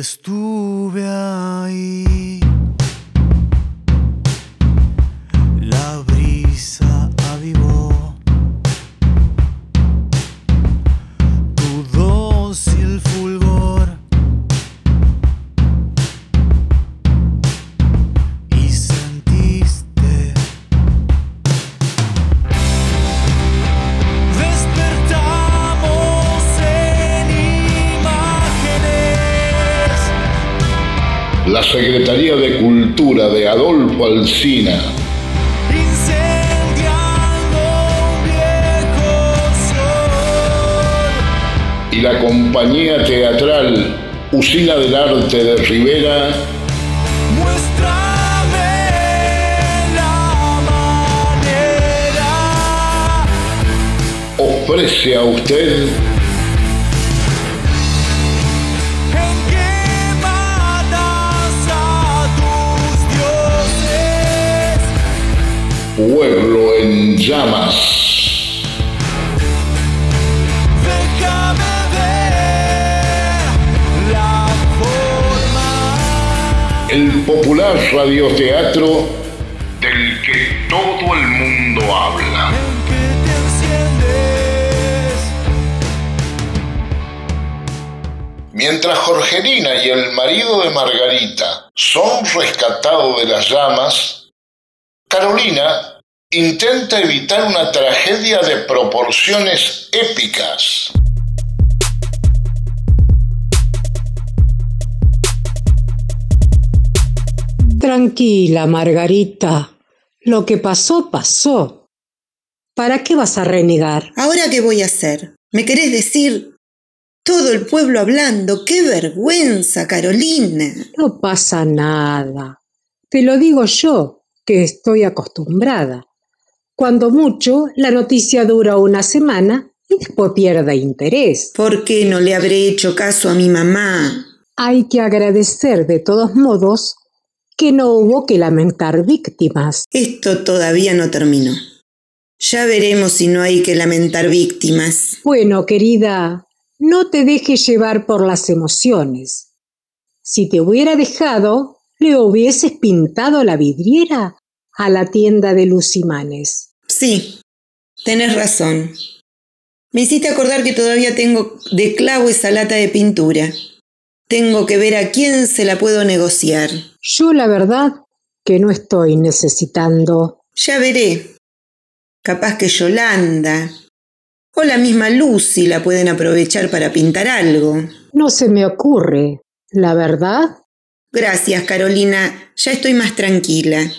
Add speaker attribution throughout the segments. Speaker 1: Estuve ahí. La brisa avivó tu dócil fulgor y sentiste Despertamos en imágenes.
Speaker 2: La Secretaría de Cultura de Adolfo Alsina
Speaker 1: Incendiando un viejo sol.
Speaker 2: y la compañía teatral Usina del Arte de Rivera
Speaker 1: Muéstrame la manera.
Speaker 2: ofrece a usted
Speaker 1: En que matas a tus dioses.
Speaker 2: Pueblo en Llamas.
Speaker 1: Déjame ver la forma.
Speaker 2: El popular radioteatro del que todo el mundo habla.
Speaker 1: En que te enciendes.
Speaker 2: Mientras Jorgelina y el marido de Margarita son rescatados de las llamas, Carolina intenta evitar una tragedia de proporciones épicas.
Speaker 3: Tranquila, Margarita. Lo que pasó, pasó. ¿Para qué vas a renegar?
Speaker 4: ¿Ahora qué voy a hacer? ¿Me querés decir? Todo el pueblo hablando. ¡Qué vergüenza, Carolina!
Speaker 3: No pasa nada. Te lo digo yo, que estoy acostumbrada. Cuando mucho, la noticia dura una semana y después pierde interés.
Speaker 4: ¿Por qué no le habré hecho caso a mi mamá?
Speaker 3: Hay que agradecer de todos modos que no hubo que lamentar víctimas.
Speaker 4: Esto todavía no terminó. Ya veremos si no hay que lamentar víctimas.
Speaker 3: Bueno, querida, no te dejes llevar por las emociones. Si te hubiera dejado, le hubieses pintado la vidriera a la tienda de luz imanes.
Speaker 4: Sí, tenés razón. Me hiciste acordar que todavía tengo de clavo esa lata de pintura. Tengo que ver a quién se la puedo negociar.
Speaker 3: Yo la verdad que no estoy necesitando.
Speaker 4: Ya veré. Capaz que Yolanda o la misma Lucy la pueden aprovechar para pintar algo.
Speaker 3: No se me ocurre. La verdad,
Speaker 4: Gracias, Carolina. Ya estoy más tranquila.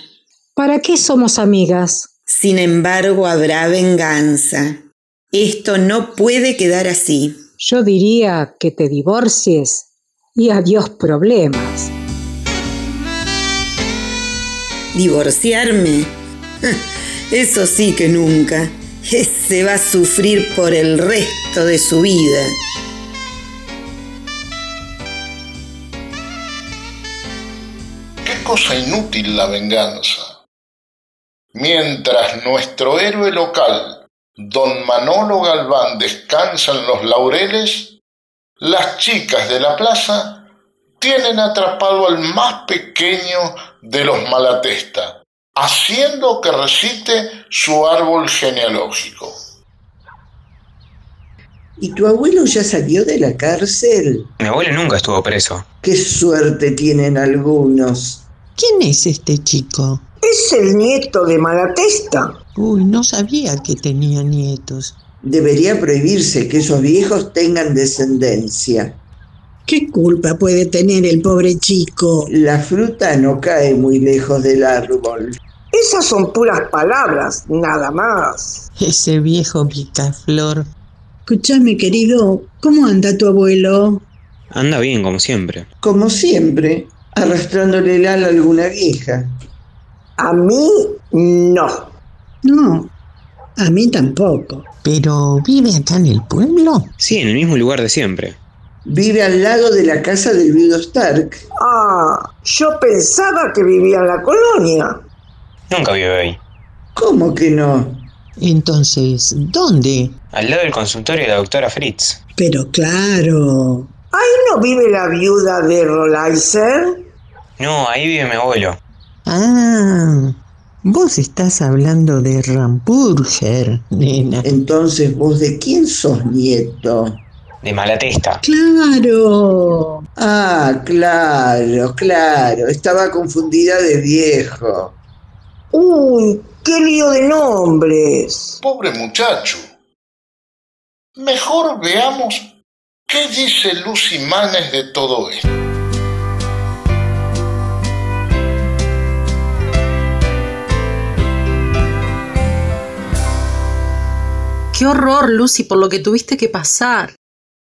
Speaker 3: ¿para qué somos amigas?
Speaker 4: Sin embargo, habrá venganza. Esto no puede quedar así.
Speaker 3: Yo diría que te divorcies y adiós problemas.
Speaker 4: ¿Divorciarme? Eso sí que nunca. Ese va a sufrir por el resto de su vida.
Speaker 2: Qué cosa inútil la venganza. Mientras nuestro héroe local, don Manolo Galván, descansa en los laureles, las chicas de la plaza tienen atrapado al más pequeño de los Malatesta, haciendo que recite su árbol genealógico.
Speaker 5: ¿Y tu abuelo ya salió de la cárcel?
Speaker 6: Mi abuelo nunca estuvo preso.
Speaker 5: ¡Qué suerte tienen algunos!
Speaker 7: ¿Quién es este chico?
Speaker 8: Es el nieto de Malatesta.
Speaker 7: Uy, no sabía que tenía nietos.
Speaker 5: Debería prohibirse que esos viejos tengan descendencia.
Speaker 9: ¿Qué culpa puede tener el pobre chico?
Speaker 5: La fruta no cae muy lejos del árbol.
Speaker 8: Esas son puras palabras, nada más.
Speaker 7: Ese viejo picaflor.
Speaker 9: Escuchame, querido, ¿cómo anda tu abuelo?
Speaker 6: Anda bien, como siempre.
Speaker 5: Como siempre, arrastrándole el ala a alguna vieja.
Speaker 8: A mí no.
Speaker 9: No, a mí tampoco.
Speaker 7: ¿Pero vive acá en el pueblo?
Speaker 6: Sí, en el mismo lugar de siempre.
Speaker 5: Vive al lado de la casa del viudo Stark.
Speaker 8: Ah, yo pensaba que vivía en la colonia.
Speaker 6: Nunca vive ahí.
Speaker 5: ¿Cómo que no?
Speaker 7: Entonces, ¿dónde?
Speaker 6: Al lado del consultorio de la doctora Fritz.
Speaker 9: Pero claro,
Speaker 10: ¿Ahí no vive la viuda de Rolaiser?
Speaker 6: No, ahí vive mi abuelo.
Speaker 11: Ah, vos estás hablando de Rampurger, nena.
Speaker 12: Entonces, ¿vos de quién sos nieto?
Speaker 6: De mala testa.
Speaker 13: Claro.
Speaker 12: Ah, claro, claro. Estaba confundida de viejo.
Speaker 10: Uy, qué lío de nombres.
Speaker 2: Pobre muchacho. Mejor veamos qué dice Lucy Manes de todo esto.
Speaker 3: Qué horror, Lucy, por lo que tuviste que pasar.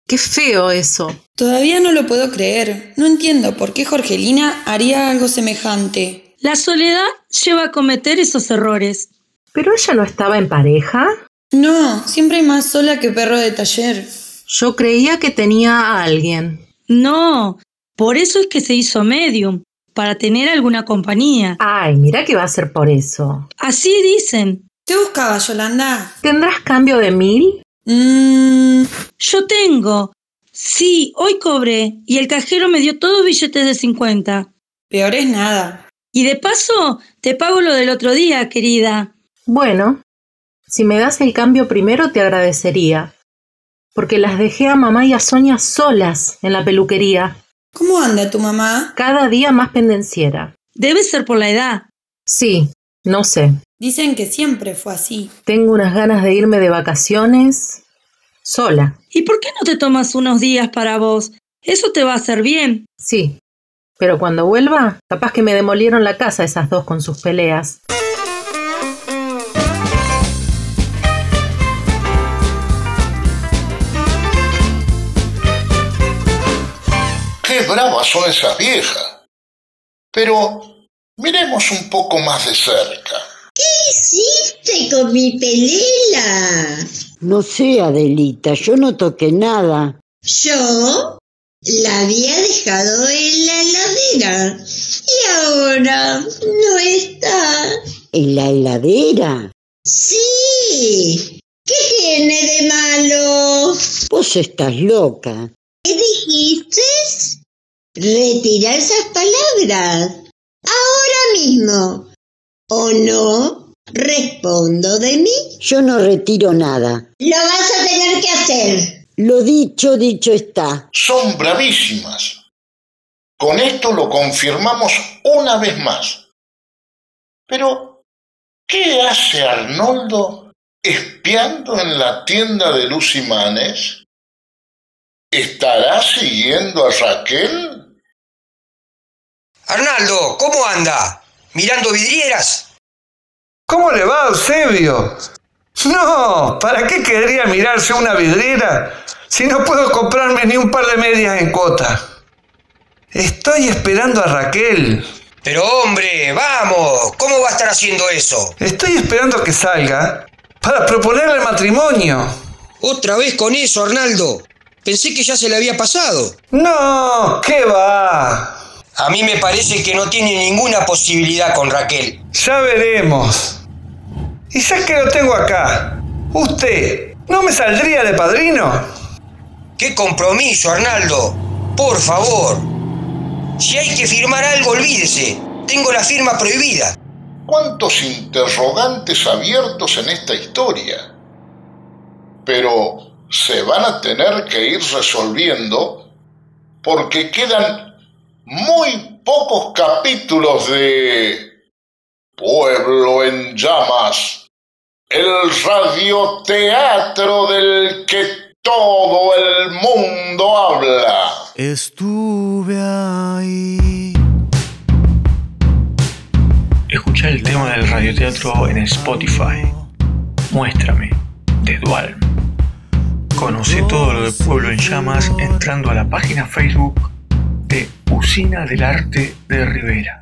Speaker 3: Qué feo eso.
Speaker 14: Todavía no lo puedo creer. No entiendo por qué Jorgelina haría algo semejante.
Speaker 15: La soledad lleva a cometer esos errores.
Speaker 3: ¿Pero ella no estaba en pareja?
Speaker 14: No, siempre hay más sola que perro de taller.
Speaker 3: Yo creía que tenía a alguien.
Speaker 15: No, por eso es que se hizo medium, para tener alguna compañía.
Speaker 3: Ay, mira que va a ser por eso.
Speaker 15: Así dicen.
Speaker 14: ¿Te buscaba, Yolanda?
Speaker 3: ¿Tendrás cambio de mil?
Speaker 14: Mmm.
Speaker 15: Yo tengo. Sí, hoy cobré y el cajero me dio todos billetes de 50.
Speaker 14: Peor es nada.
Speaker 15: Y de paso, te pago lo del otro día, querida.
Speaker 3: Bueno, si me das el cambio primero te agradecería, porque las dejé a mamá y a Sonia solas en la peluquería,
Speaker 14: ¿Cómo anda tu mamá?
Speaker 3: cada día más pendenciera.
Speaker 15: Debe ser por la edad.
Speaker 3: Sí, no sé,
Speaker 14: Dicen que siempre fue así.
Speaker 3: tengo unas ganas de irme de vacaciones sola.
Speaker 15: ¿Y por qué no te tomas unos días para vos? Eso te va a hacer bien.
Speaker 3: Sí, pero cuando vuelva, capaz que me demolieron la casa esas dos con sus peleas.
Speaker 2: Qué bravas son esas viejas. Pero miremos un poco más de cerca.
Speaker 4: hiciste con mi pelela?
Speaker 16: No sé, Adelita, yo no toqué nada.
Speaker 4: Yo la había dejado en la heladera y ahora no está.
Speaker 16: ¿En la heladera?
Speaker 4: Sí. ¿Qué tiene de malo?
Speaker 16: Vos estás loca.
Speaker 4: ¿Qué dijiste? Retira esas palabras. Ahora mismo. ¿O no? Respondo de mí.
Speaker 16: Yo no retiro nada.
Speaker 4: Lo vas a tener que hacer.
Speaker 16: Lo dicho, dicho está.
Speaker 2: Son bravísimas. Con esto lo confirmamos una vez más. Pero, ¿qué hace Arnoldo espiando en la tienda de Lucy Manes? ¿Estará siguiendo a Raquel?
Speaker 1: Arnaldo, ¿cómo anda? ¿Mirando vidrieras?
Speaker 5: ¿Cómo le va, Eusebio? No, ¿para qué querría mirarse una vidriera si no puedo comprarme ni un par de medias en cota? Estoy esperando a Raquel.
Speaker 1: Pero hombre, vamos, ¿cómo va a estar haciendo eso?
Speaker 5: Estoy esperando que salga para proponerle matrimonio.
Speaker 1: Otra vez con eso, Arnaldo. Pensé que ya se le había pasado.
Speaker 5: No, ¿qué va?
Speaker 1: A mí me parece que no tiene ninguna posibilidad con Raquel.
Speaker 5: Ya veremos. Y ya que lo tengo acá, ¿usted no me saldría de padrino?
Speaker 1: ¡Qué compromiso, Arnaldo! Por favor. Si hay que firmar algo, olvídese. Tengo la firma prohibida.
Speaker 2: ¿Cuántos interrogantes abiertos en esta historia? Pero se van a tener que ir resolviendo porque quedan muy pocos capítulos de Pueblo en llamas, el radioteatro del que todo el mundo habla.
Speaker 5: Estuve ahí.
Speaker 17: Escucha el tema del radioteatro en Spotify. Muéstrame, de Dual. Conoce todo lo de Pueblo en Llamas entrando a la página Facebook de Usina del Arte de Rivera.